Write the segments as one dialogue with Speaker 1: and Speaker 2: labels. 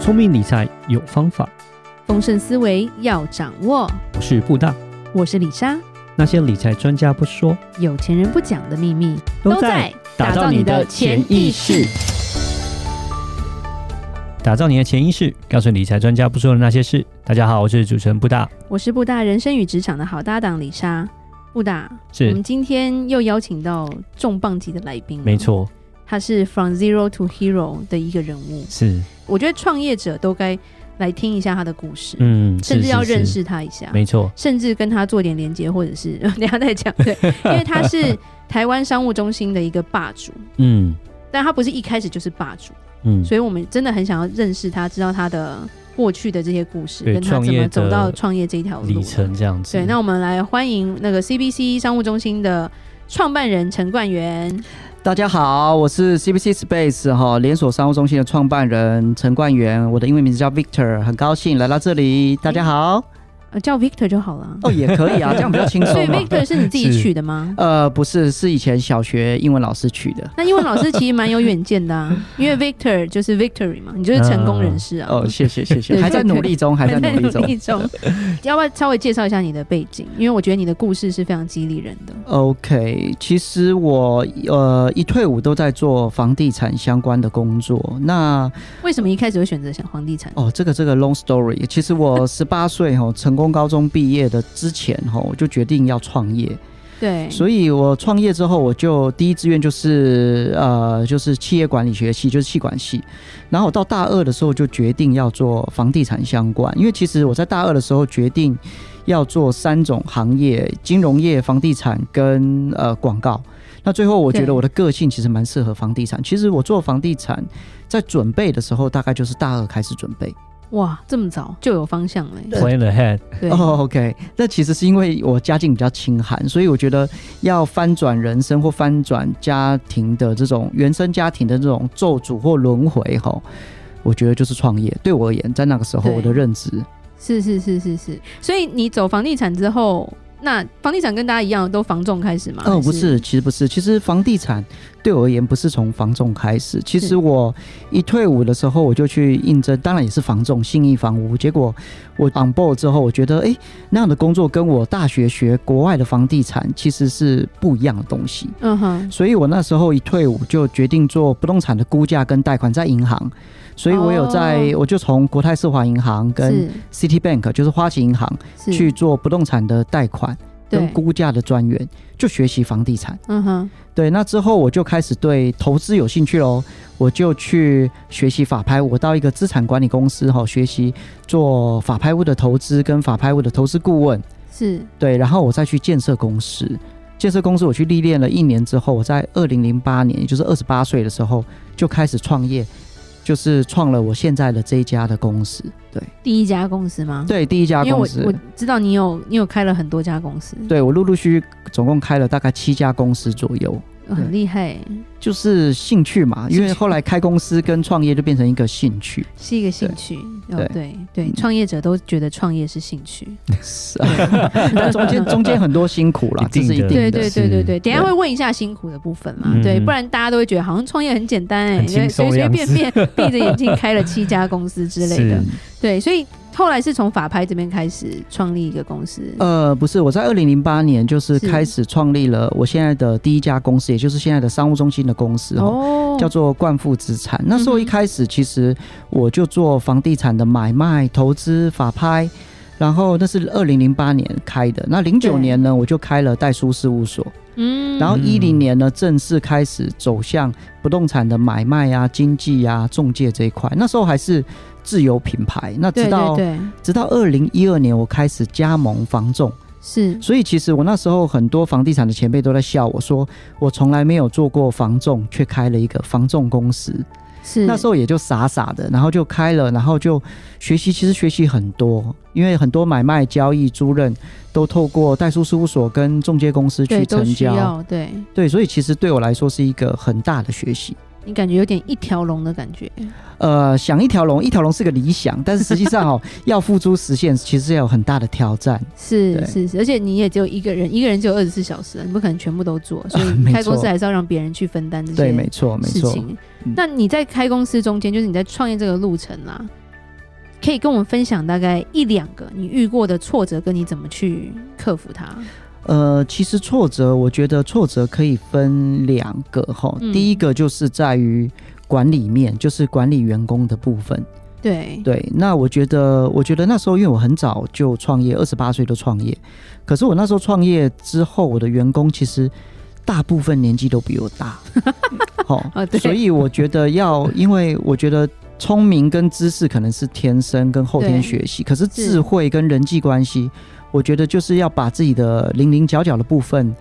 Speaker 1: 聪明理财有方法，
Speaker 2: 丰盛思维要掌握。
Speaker 1: 我是布大。
Speaker 2: 我是李莎，
Speaker 1: 那些理财专家不说，
Speaker 2: 有钱人不讲的秘密
Speaker 1: 打造你的潜意识。，打造你的潜意识，告诉理财专家不说的那些事。大家好，我是主持人布大，
Speaker 2: 我是布大人生与职场的好搭档李莎。布大，我
Speaker 1: 是
Speaker 2: 们今天又邀请到重磅级的来宾，
Speaker 1: 没，错，
Speaker 2: 他是 From Zero to Hero 的一个人物，
Speaker 1: 是
Speaker 2: 我觉得创业者都该来听一下他的故事，
Speaker 1: 嗯，
Speaker 2: 甚
Speaker 1: 是
Speaker 2: 至要
Speaker 1: 是是
Speaker 2: 认识啊他一下。
Speaker 1: 没错，
Speaker 2: 甚至跟他做点连接，或者是 等一下再讲，对，因为他是台湾商务中心的一个霸主，
Speaker 1: 嗯
Speaker 2: 但他不是一开始就是霸主，
Speaker 1: 嗯，
Speaker 2: 所以我们真的很想要认识他，知道他的过去的这些故事，
Speaker 1: 对
Speaker 2: 跟他怎
Speaker 1: 创业
Speaker 2: 么
Speaker 1: 的
Speaker 2: 走到创业这一条路
Speaker 1: 里
Speaker 2: 了
Speaker 1: 程这样子。
Speaker 2: 啊对，那我们来欢迎那个 CBC 商务中心的创办人陈冠元。
Speaker 3: 大家好，我是 CBC Space 哈连锁商务中心的创办人陈冠元，我的英文名字叫 Victor，很高兴来到这里。大家好，
Speaker 2: 呃，叫 Victor 就好了。
Speaker 3: 哦也可以 啊，这样比较轻
Speaker 2: 所以
Speaker 3: 松嘛。
Speaker 2: Victor 是你自己
Speaker 1: 是
Speaker 2: 取的吗？
Speaker 3: 呃，不是，是以前小学英文老师取的。
Speaker 2: 那英文老师其实蛮有远见的啊，因为 Victor 就是 victory 嘛，你就是成功人士啊。
Speaker 1: 嗯
Speaker 3: 哦，谢谢谢
Speaker 2: 对
Speaker 3: 谢，还在努力中，还在努力中。
Speaker 2: 中。 要不要稍微介绍一下你的背景？因为我觉得你的故事是非常激励人的。
Speaker 3: OK，其实我呃一退伍都在做房地产相关的工作。那
Speaker 2: 为什么一开始会选择想房地产？
Speaker 3: 哦，这个这个 long story，其实我十八岁哈成功高中毕业的之前哈，我就决定要创业。
Speaker 2: 对，
Speaker 3: 所以我创业之后，我就第一志愿就是呃，就是企业管理学系，就是气管系。然后我到大二的时候就决定要做房地产相关，因为其实我在大二的时候决定要做三种行业：金融业、房地产跟呃广告。那最后我觉
Speaker 2: 对
Speaker 3: 得我的个性其实蛮适合房地产。其实我做房地产在准备的时候，大概就是大二开始准备。
Speaker 2: 哇，这么早就有方向了欸。
Speaker 1: Plan ahead，
Speaker 2: 对，
Speaker 3: 哦、o k 那其实是因为我家境比较清寒，所以我觉得要翻转人生或翻转家庭的这种原生家庭的这种咒诅或轮回，哈，我觉得就是创业。对我而言，在那个时候
Speaker 2: 对
Speaker 3: 我的认知，
Speaker 2: 是是是是是。所以你走房地产之后，那房地产跟大家一样都房仲开始吗？
Speaker 3: 哦，
Speaker 2: 还
Speaker 3: 不是，，其实不是，其实房地产对我而言不是从房仲开始。其
Speaker 2: 是
Speaker 3: 实我一退伍的时候，我就去应征，当然也是房仲，信义房屋。结果我 on board 之后，我觉得，诶，那样的工作跟我大学学国外的房地产其实是不一样的东西。
Speaker 2: 嗯哼，
Speaker 3: 所以我那时候一退伍就决定做不动产的估价跟贷款在银行，所以我有在，
Speaker 2: 哦
Speaker 3: 我就从国泰世华银行跟
Speaker 2: 是
Speaker 3: City Bank 就是花旗银行
Speaker 2: 是
Speaker 3: 去做不动产的贷款跟
Speaker 2: 对，
Speaker 3: 估价的专员，就学习房地产。
Speaker 2: 嗯哼，
Speaker 3: 对，那之后我就开始对投资有兴趣喽，我就去学习法拍，我到一个资产管理公司哈、学习做法拍屋的投资跟法拍屋的投资顾问。
Speaker 2: 是
Speaker 3: 对，然后我再去建设公司。建设公司我去历练了一年之后，我在二零零八年，也就是二十八岁的时候就开始创业，就是创了我现在的这一家的公司。对
Speaker 2: 第一家公司吗？，
Speaker 3: 对，第一家
Speaker 2: 因为
Speaker 3: 公
Speaker 2: 我
Speaker 3: 司
Speaker 2: 我，知道你有你有开了很多家公司，
Speaker 3: 对我陆陆续续总共开了大概七家公司左右。
Speaker 2: 很厉害欸，
Speaker 3: 就是兴趣嘛，因为
Speaker 2: 兴趣
Speaker 3: 后来开公司跟创业就变成一个兴 趣，
Speaker 2: 是一个兴趣。哦
Speaker 3: 对
Speaker 2: 对对，
Speaker 3: 嗯
Speaker 2: 创业者都觉得创业是兴趣。
Speaker 3: 是啊但 中间中间很多辛苦啦
Speaker 1: 一，
Speaker 3: 这
Speaker 1: 定的
Speaker 3: 是一定的。
Speaker 2: 对对对对对，等一下
Speaker 3: 对
Speaker 2: 会问一下辛苦的部分嘛，
Speaker 1: 嗯
Speaker 2: 对，不然大家都会觉得好像创业很简单哎，
Speaker 1: 很轻
Speaker 2: 随
Speaker 1: 松
Speaker 2: 随
Speaker 1: 的
Speaker 2: 随
Speaker 1: 样
Speaker 2: 便便闭着眼睛开了七家公司之类的
Speaker 1: 是，
Speaker 2: 对，所以后来是从法拍这边开始创立一个公司，
Speaker 3: 呃，不是，我在二零零八年就是
Speaker 2: 是
Speaker 3: 开始创立了我现在的第一家公司，也就是现在的商务中心的公司哦。
Speaker 2: 哦
Speaker 3: 叫做冠富资产。那时候一
Speaker 2: 嗯哼
Speaker 3: 开始，其实我就做房地产的买卖、投资、法拍，然后那是二零零八年开的。那零
Speaker 2: 对
Speaker 3: 九年呢，我就开了代书事务所，
Speaker 2: 嗯
Speaker 3: 然后
Speaker 1: 嗯
Speaker 3: 一零年呢，正式开始走向不动产的买卖啊、经济啊、中介这一块。那时候还是自由品牌。那
Speaker 2: 对
Speaker 3: 直
Speaker 2: 对
Speaker 3: 到
Speaker 2: 对，
Speaker 3: 直到二零一二年，我开始加盟房仲。
Speaker 2: 是
Speaker 3: 所以其实我那时候很多房地产的前辈都在笑我说，我从来没有做过房仲，却开了一个房仲公司。
Speaker 2: 是，
Speaker 3: 那时候也就傻傻的，然后就开了，然后就学习，其实学习很多，因为很多买卖、交易、租赁都透过代书事务所跟中介公司去
Speaker 2: 对都
Speaker 3: 成
Speaker 2: 需
Speaker 3: 交。
Speaker 2: 要，对
Speaker 3: 对，所以其实对我来说是一个很大的学习。
Speaker 2: 你感觉有点一条龙的感觉，
Speaker 3: 呃，想一条龙，一条龙是个理想，但是实际上哦， 要付诸实现，其实要有很大的挑战。
Speaker 2: 是
Speaker 3: 对
Speaker 2: 是是，而且你也只有一个人，一个人只有二十四小时啊，你不可能全部都做，所以
Speaker 3: 没
Speaker 2: 开公司
Speaker 3: 错
Speaker 2: 还是要让别人去分担这些
Speaker 3: 对，没错，没
Speaker 2: 事
Speaker 3: 错。
Speaker 2: 情
Speaker 3: 嗯。
Speaker 2: 那你在开公司中间，就是你在创业这个路程啦，啊可以跟我们分享大概一两个你遇过的挫折，跟你怎么去克服它？
Speaker 3: 呃，其实挫折，我觉得挫折可以分两个哈。
Speaker 2: 嗯
Speaker 3: 第一个就是在于管理面，就是管理员工的部分。
Speaker 2: 嗯对，
Speaker 3: 对，那我觉得，我觉得那时候因为我很早就创业，二十八岁就创业，可是我那时候创业之后，我的员工其实大部分年纪都比我 大，好、
Speaker 2: 啊对
Speaker 3: 所以我觉得要，因为我觉得。聪明跟知识可能是天生跟后天
Speaker 2: 对
Speaker 3: 学习，可是
Speaker 2: 是
Speaker 3: 智慧跟人际关系，我觉得就是要把自己的零零角角的部分，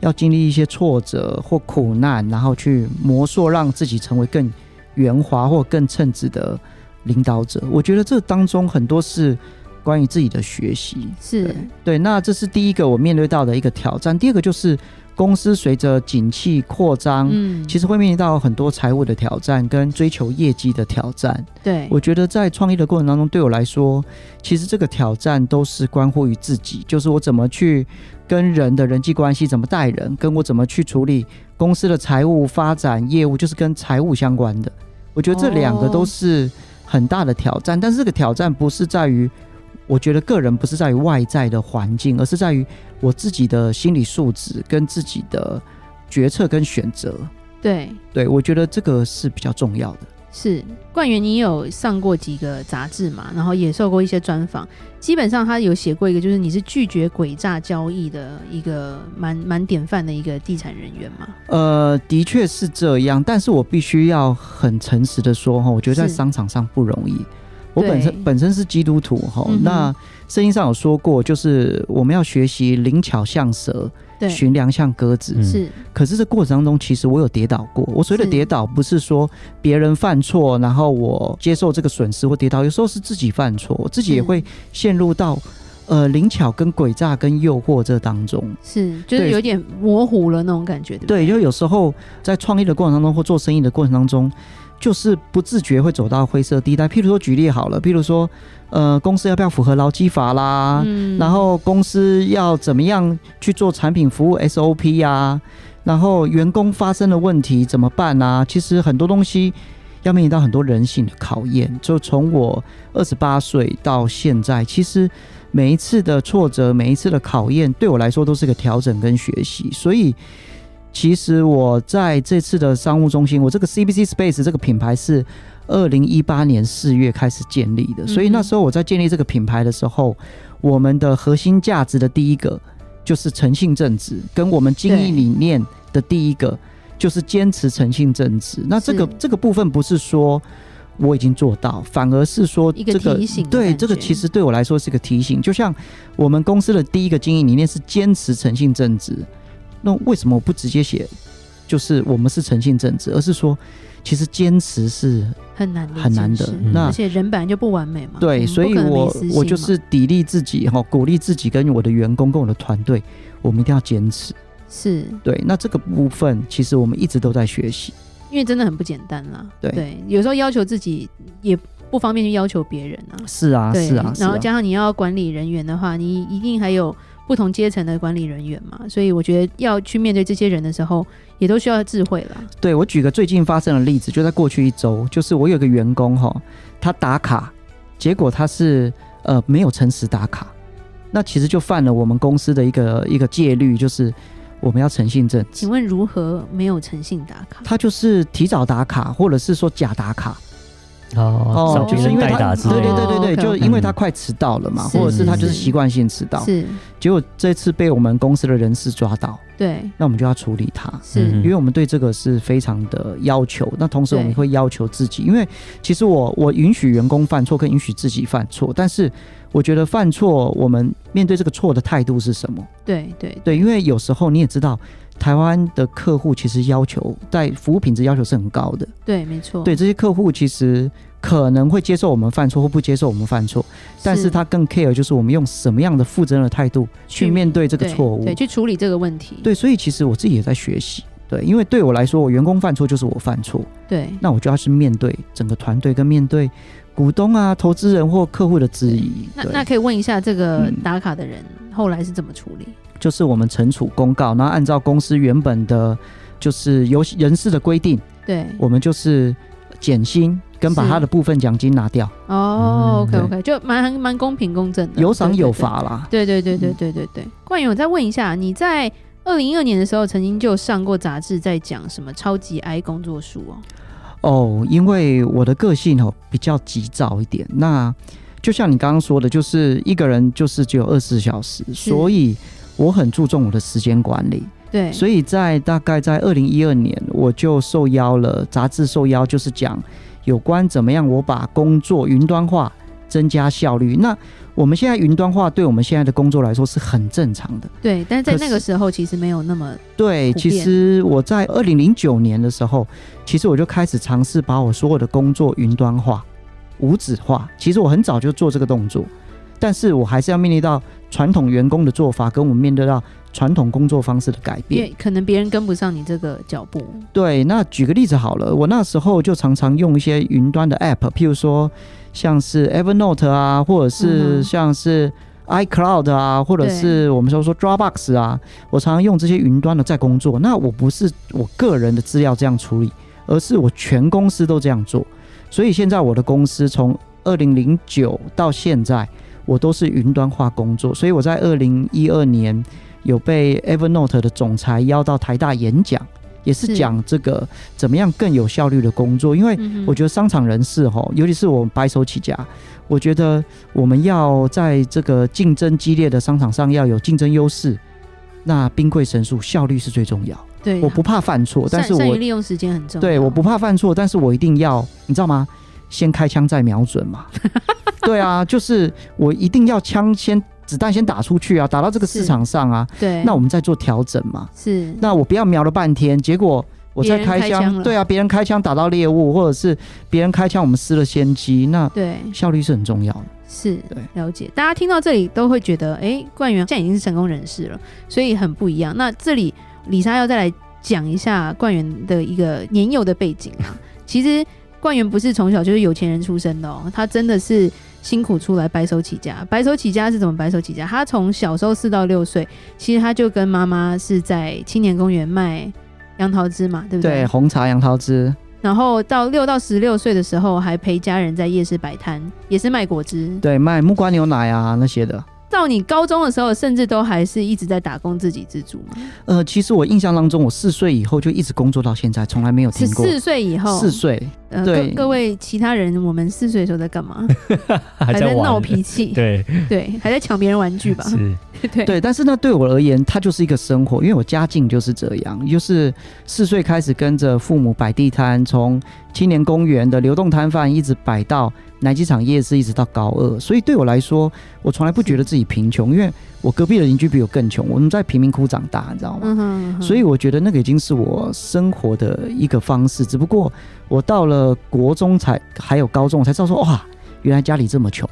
Speaker 3: 要经历一些挫折或苦难，然后去磨塑，让自己成为更圆滑或更称职的领导者。我觉得这当中很多是关于自己的学习。
Speaker 2: 是
Speaker 3: 对，对，那这是第一个我面对到的一个挑战。第二个就是公司随着景气扩张，
Speaker 2: 嗯，
Speaker 3: 其
Speaker 2: 实
Speaker 3: 实会面临到很多财务的挑战跟追求业绩的挑战。
Speaker 2: 对，
Speaker 3: 我觉得在创业的过程当中，对我来说，其实这个挑战都是关乎于自己，就是我怎么去跟人的人际关系，怎么带人，跟我怎么去处理公司的财务发展、业务，就是跟财务相关的。我觉得这两个
Speaker 2: 哦
Speaker 3: 都是很大的挑战，但是这个挑战不是在于，我觉得个人不是在于外在的环境，而是在于我自己的心理素质跟自己的决策跟选择。
Speaker 2: 对
Speaker 3: 对我觉得这个是比较重要的。
Speaker 2: 是冠元，你有上过几个杂志嘛？然后也受过一些专访。基本上他有写过一个，就是你是拒绝诡诈交易的一个蛮蛮典范的一个地产人员嘛。
Speaker 3: 呃，的确是这样，但是我必须要很诚实的说哈，我觉得在
Speaker 2: 是
Speaker 3: 商场上不容易。我本
Speaker 2: 对
Speaker 3: 身本身是基督徒哈，
Speaker 2: 嗯哼
Speaker 3: 那圣经上有说过，就是我们要学习灵巧像蛇，
Speaker 2: 对，
Speaker 3: 寻良像鸽子。
Speaker 1: 嗯
Speaker 2: 是
Speaker 3: 可是这过程当中，其实我有跌倒过。我所谓的
Speaker 2: 是
Speaker 3: 跌倒，不是说别人犯错，然后我接受这个损失或跌倒，有时候是自己犯错，我自己也
Speaker 2: 是
Speaker 3: 会陷入到呃灵巧跟诡诈跟诱惑这当中。
Speaker 2: 是，就是
Speaker 3: 对
Speaker 2: 有点模糊了那种感觉，对不
Speaker 3: 对，就有时候在创业的过程当中或做生意的过程当中，就是不自觉会走到灰色地带。譬如说，举例好了，譬如说，呃，公司要不要符合劳基法啦？
Speaker 2: 嗯
Speaker 3: 啊然后公司要怎么样去做产品服务 SOP 呀、啊然后员工发生了问题怎么办啊？其实很多东西要面临到很多人性的考验。就从我二十八岁到现在，其实每一次的挫折，每一次的考验，对我来说都是个调整跟学习。所以，其实我在这次的商务中心，我这个 CBC Space 这个品牌是二零一八年四月开始建立的，所以
Speaker 2: 嗯哼
Speaker 3: 那时候我在建立这个品牌的时候，我们的核心价值的第一个就是诚信正直，跟我们经
Speaker 2: 对
Speaker 3: 营理念的第一个就是坚持诚信正直。那这个
Speaker 2: 是
Speaker 3: 这个部分不是说。我已经做到，反而是说
Speaker 2: 一个
Speaker 3: 这个
Speaker 2: 提醒的
Speaker 3: 对
Speaker 2: 感
Speaker 3: 这个
Speaker 2: 觉
Speaker 3: 其实对我来说是个提醒。就像我们公司的第一个经营理念是坚持诚信正直，那为什么我不直接写就是我们是诚信正直，而是说其实坚持是
Speaker 2: 很难的一
Speaker 3: 很难
Speaker 2: 件
Speaker 3: 的
Speaker 2: 事
Speaker 1: 嗯。
Speaker 3: 那
Speaker 2: 而且人本来就不完美嘛，我
Speaker 3: 对，
Speaker 2: 们
Speaker 3: 所
Speaker 2: 不
Speaker 3: 以
Speaker 2: 可能没
Speaker 3: 我
Speaker 2: 私
Speaker 3: 我
Speaker 2: 心
Speaker 3: 就
Speaker 2: 嘛
Speaker 3: 是砥砺自己哈，鼓励自己跟我的员工跟我的团队，我们一定要坚持。
Speaker 2: 是
Speaker 3: 对，那这个部分其实我们一直都在学习。
Speaker 2: 因为真的很不简单啦。
Speaker 3: 对
Speaker 2: 有时候要求自己也不方便去要求别人啊。
Speaker 3: 是啊，
Speaker 2: 对，
Speaker 3: 是啊，是
Speaker 2: 然后
Speaker 3: 啊。
Speaker 2: 加上你要管理人员的话，你一定还有不同阶层的管理人员嘛，所以我觉得要去面对这些人的时候，也都需要智慧啦。
Speaker 3: 对我举个最近发生的例子，就在过去一周，就是我有个员工哈，他打卡，结果他是呃没有诚实打卡，那其实就犯了我们公司的一个一个戒律，就是我们要诚信正直
Speaker 2: 请。问如何没有诚信打卡？
Speaker 3: 他就是提早打卡，或者是说假打卡，
Speaker 1: 哦，找
Speaker 2: 就
Speaker 1: 别
Speaker 2: 是
Speaker 1: 人
Speaker 2: 因为
Speaker 1: 代
Speaker 2: 他
Speaker 1: 打之类
Speaker 3: 对
Speaker 1: 的，
Speaker 3: 对对对对，
Speaker 2: 哦
Speaker 3: 就
Speaker 2: ，OK，OK
Speaker 3: 因为他快迟到了嘛，
Speaker 2: 是
Speaker 3: 或者是他就
Speaker 2: 是
Speaker 3: 是习惯性迟到，
Speaker 2: 是，
Speaker 3: 结果这次被我们公司的人事抓到，
Speaker 2: 对，
Speaker 3: 那我们就要处理他。
Speaker 2: 是，
Speaker 1: 嗯
Speaker 3: 因为我们对这个是非常的要求，那同时我们
Speaker 2: 对
Speaker 3: 会要求自己，因为其实我我允许员工犯错，跟允许自己犯错，但是我觉得犯错，我们面对这个错的态度是什么？
Speaker 2: 对对
Speaker 3: 对，因为有时候你也知道，台湾的客户其实要求在服务品质要求是很高的，
Speaker 2: 对，没错，
Speaker 3: 对这些客户其实可能会接受我们犯错或不接受我们犯错，但是他更 care 就是我们用什么样的负责任的态度去面对这个
Speaker 2: 对
Speaker 3: 错误。
Speaker 2: 对，去处理这个问题，
Speaker 3: 对，所以其实我自己也在学习。对，因为对我来说，我员工犯错就是我犯错，
Speaker 2: 对
Speaker 3: 那我就要去面对整个团队跟面对股东啊、投资人或客户的质疑。
Speaker 2: 嗯那
Speaker 3: 对
Speaker 2: 那可以问一下这个
Speaker 3: 嗯
Speaker 2: 打卡的人后来是怎么处理？
Speaker 3: 就是我们惩处公告，然后按照公司原本的，就是游戏人事的规定，
Speaker 2: 对，
Speaker 3: 我们就是减薪跟把
Speaker 2: 是
Speaker 3: 他的部分奖金拿掉，
Speaker 2: 哦
Speaker 1: 嗯
Speaker 2: ，OK OK，就蛮蛮公平公正的，
Speaker 3: 有赏
Speaker 2: 嗯对
Speaker 3: 有。罚嗯啦。
Speaker 2: 对对对对对对对对。冠勇，我再问一下，你在二零一二年的时候曾经就上过杂志，在讲什么超级 I 工作书哦？
Speaker 3: 哦，因为我的个性哦比较急躁一点，那就像你刚刚说的，就是一个人就是只有二十四小时，
Speaker 2: 是
Speaker 3: 所以我很注重我的时间管理。
Speaker 2: 对，
Speaker 3: 所以在大概在二零一二年，我就受邀了杂志受邀，就是讲有关怎么样我把工作云端化，增加效率。那我们现在云端化对我们现在的工作来说是很正常的。
Speaker 2: 对，但是在
Speaker 3: 可是
Speaker 2: 那个时候其实没有那么
Speaker 3: 对，
Speaker 2: 普
Speaker 3: 其
Speaker 2: 遍
Speaker 3: 实我在二零零九年的时候，其实我就开始尝试把我所有的工作云端化、无纸化。其实我很早就做这个动作，但是我还是要面对到传统员工的做法，跟我们面对到传统工作方式的改
Speaker 2: 因
Speaker 3: 变。
Speaker 2: 为可能别人跟不上你这个脚步。
Speaker 3: 对，那举个例子好了，我那时候就常常用一些云端的 App，譬如说像是 Evernote 啊，或者
Speaker 2: 嗯哼
Speaker 3: 是像是 iCloud 啊，或者
Speaker 2: 对
Speaker 3: 是我们说说 Dropbox 啊，我常常用这些云端的在工作。那我不是我个人的资料这样处理，而是我全公司都这样做。所以现在我的公司从二零零九到现在，我都是云端化工作。所以我在二零一二年有被 Evernote 的总裁邀到台大演讲，也是
Speaker 2: 是
Speaker 3: 讲这个怎么样更有效率的工作。因为
Speaker 2: 嗯哼
Speaker 3: 哎我觉得商场人士吼，尤其是我们白手起家，我觉得我们要在这个竞争激烈的商场上要有竞争优势。那兵贵神速，效率是最重要。
Speaker 2: 对，啊
Speaker 3: 我不怕犯错，但
Speaker 2: 善
Speaker 3: 是
Speaker 2: 善于
Speaker 3: 我
Speaker 2: 利用时间很重要。
Speaker 3: 对，我不怕犯错，但是我一定要，你知道吗？先开枪再瞄准 嘛。对啊，就是我一定要枪先子弹先打出去啊，打到这个市
Speaker 2: 是
Speaker 3: 场上啊，
Speaker 2: 对，
Speaker 3: 那我们再做调整嘛。
Speaker 2: 是
Speaker 3: 那我不要瞄了半天，结果我
Speaker 2: 别
Speaker 3: 再
Speaker 2: 人
Speaker 3: 开
Speaker 2: 开
Speaker 3: 枪，
Speaker 2: 枪了
Speaker 3: 对啊，别人开枪打到猎物，或者是别人开枪我们失了先机，那
Speaker 2: 对
Speaker 3: 效率是很重要的。
Speaker 2: 是
Speaker 3: 对
Speaker 2: 了解。大家听到这里都会觉得，哎，冠元现在已经是成功人士了，所以很不一样。那这里李莎要再来讲一下冠元的一个年幼的背景啊。其实冠元不是从小就是有钱人出身的哦，他真的是辛苦出来白手起家。白手起家是怎么白手起家？他从小时候四到六岁，其实他就跟妈妈是在青年公园卖杨桃汁嘛，对不
Speaker 3: 对，红茶杨桃汁，
Speaker 2: 然后到六到十六岁的时候，还陪家人在夜市摆摊，也是卖果汁。
Speaker 3: 对，卖木瓜牛奶啊那些的。
Speaker 2: 到你高中的时候，甚至都还是一直在打工自给自足嘛。
Speaker 3: 呃，其实我印象当中，我四岁以后就一直工作到现在，从来没有
Speaker 2: 十
Speaker 3: 停过。
Speaker 2: 四岁以后，
Speaker 3: 四岁，
Speaker 2: 呃，
Speaker 3: 对
Speaker 2: 各各位其他人，我们四岁的时候在干 嘛？
Speaker 1: 还
Speaker 2: 在
Speaker 1: 玩
Speaker 2: 闹脾气，
Speaker 1: 对，
Speaker 2: 对，还在抢别人玩具吧？
Speaker 1: 是，
Speaker 2: 对
Speaker 3: 对，但是呢，对我而言，它就是一个生活，因为我家境就是这样，就是四岁开始跟着父母摆地摊，从青年公园的流动摊贩一直摆到南机场夜市，一直到高二，所以对我来说，我从来不觉得自己贫穷，因为我隔壁的邻居比我更穷，我们在贫民窟长大，你知道吗？
Speaker 2: 嗯哼，嗯哼
Speaker 3: 所以我觉得那个已经是我生活的一个方式，只不过我到了国中才还有高中我才知道说哇，原来家里这么穷。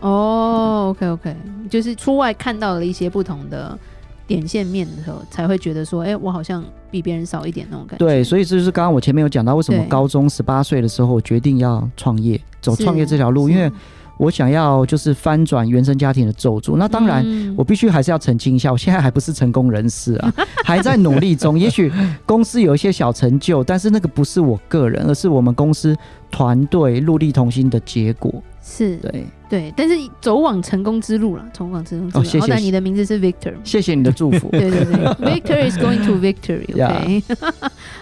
Speaker 2: 哦，OK OK，就是出外看到了一些不同的点线面的时候，才会觉得说，哎，我好像比别人少一点那种感觉。
Speaker 3: 对，所以这就是刚刚我前面有讲到，为什么
Speaker 2: 对
Speaker 3: 高中十八岁的时候我决定要创业，走
Speaker 2: 是
Speaker 3: 创业这条路，因为
Speaker 2: 是
Speaker 3: 我想要就是翻转原生家庭的咒诅。那当然。
Speaker 2: 嗯
Speaker 3: 我必须还是要澄清一下，我现在还不是成功人士 啊，还在努力中。也许公司有一些小成就，但是那个不是我个人，而是我们公司团队戮力同心的结果。
Speaker 2: 是
Speaker 3: 对，
Speaker 2: 对，但是走往成功之路了，走往成功之路。
Speaker 3: 哦谢谢
Speaker 2: 好歹你的名字是 Victor 嘛。
Speaker 3: 谢谢你的祝 福。
Speaker 2: 对对对，Victor is going to victory。OK，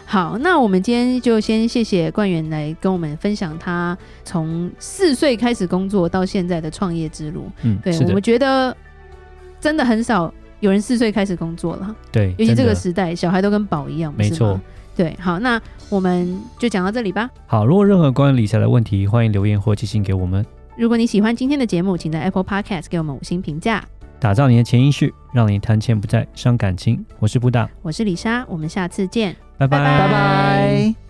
Speaker 2: 好， 那我们今天就先谢谢冠元来跟我们分享他从四岁开始工作到现在的创业之路。
Speaker 1: 嗯，
Speaker 2: 对
Speaker 1: 是
Speaker 2: 我
Speaker 1: 的
Speaker 2: 们，觉得真的很少有人四岁开始工作了，
Speaker 1: 对，
Speaker 2: 尤其这
Speaker 1: 真
Speaker 2: 个
Speaker 1: 的
Speaker 2: 时代，小孩都跟宝一样，不
Speaker 1: 没
Speaker 2: 是
Speaker 1: 错
Speaker 2: 吗。对，好，那我们就讲到这里吧。
Speaker 1: 好，如果任何关于理财的问题，欢迎留言或寄信给我们。
Speaker 2: 如果你喜欢今天的节目，请在 Apple Podcast 给我们五星评价。
Speaker 1: 打造你的潜意识，让你谈钱不再伤感情。我是布大，
Speaker 2: 我是李莎，我们下次见。
Speaker 1: 拜拜
Speaker 2: 拜
Speaker 3: 拜拜。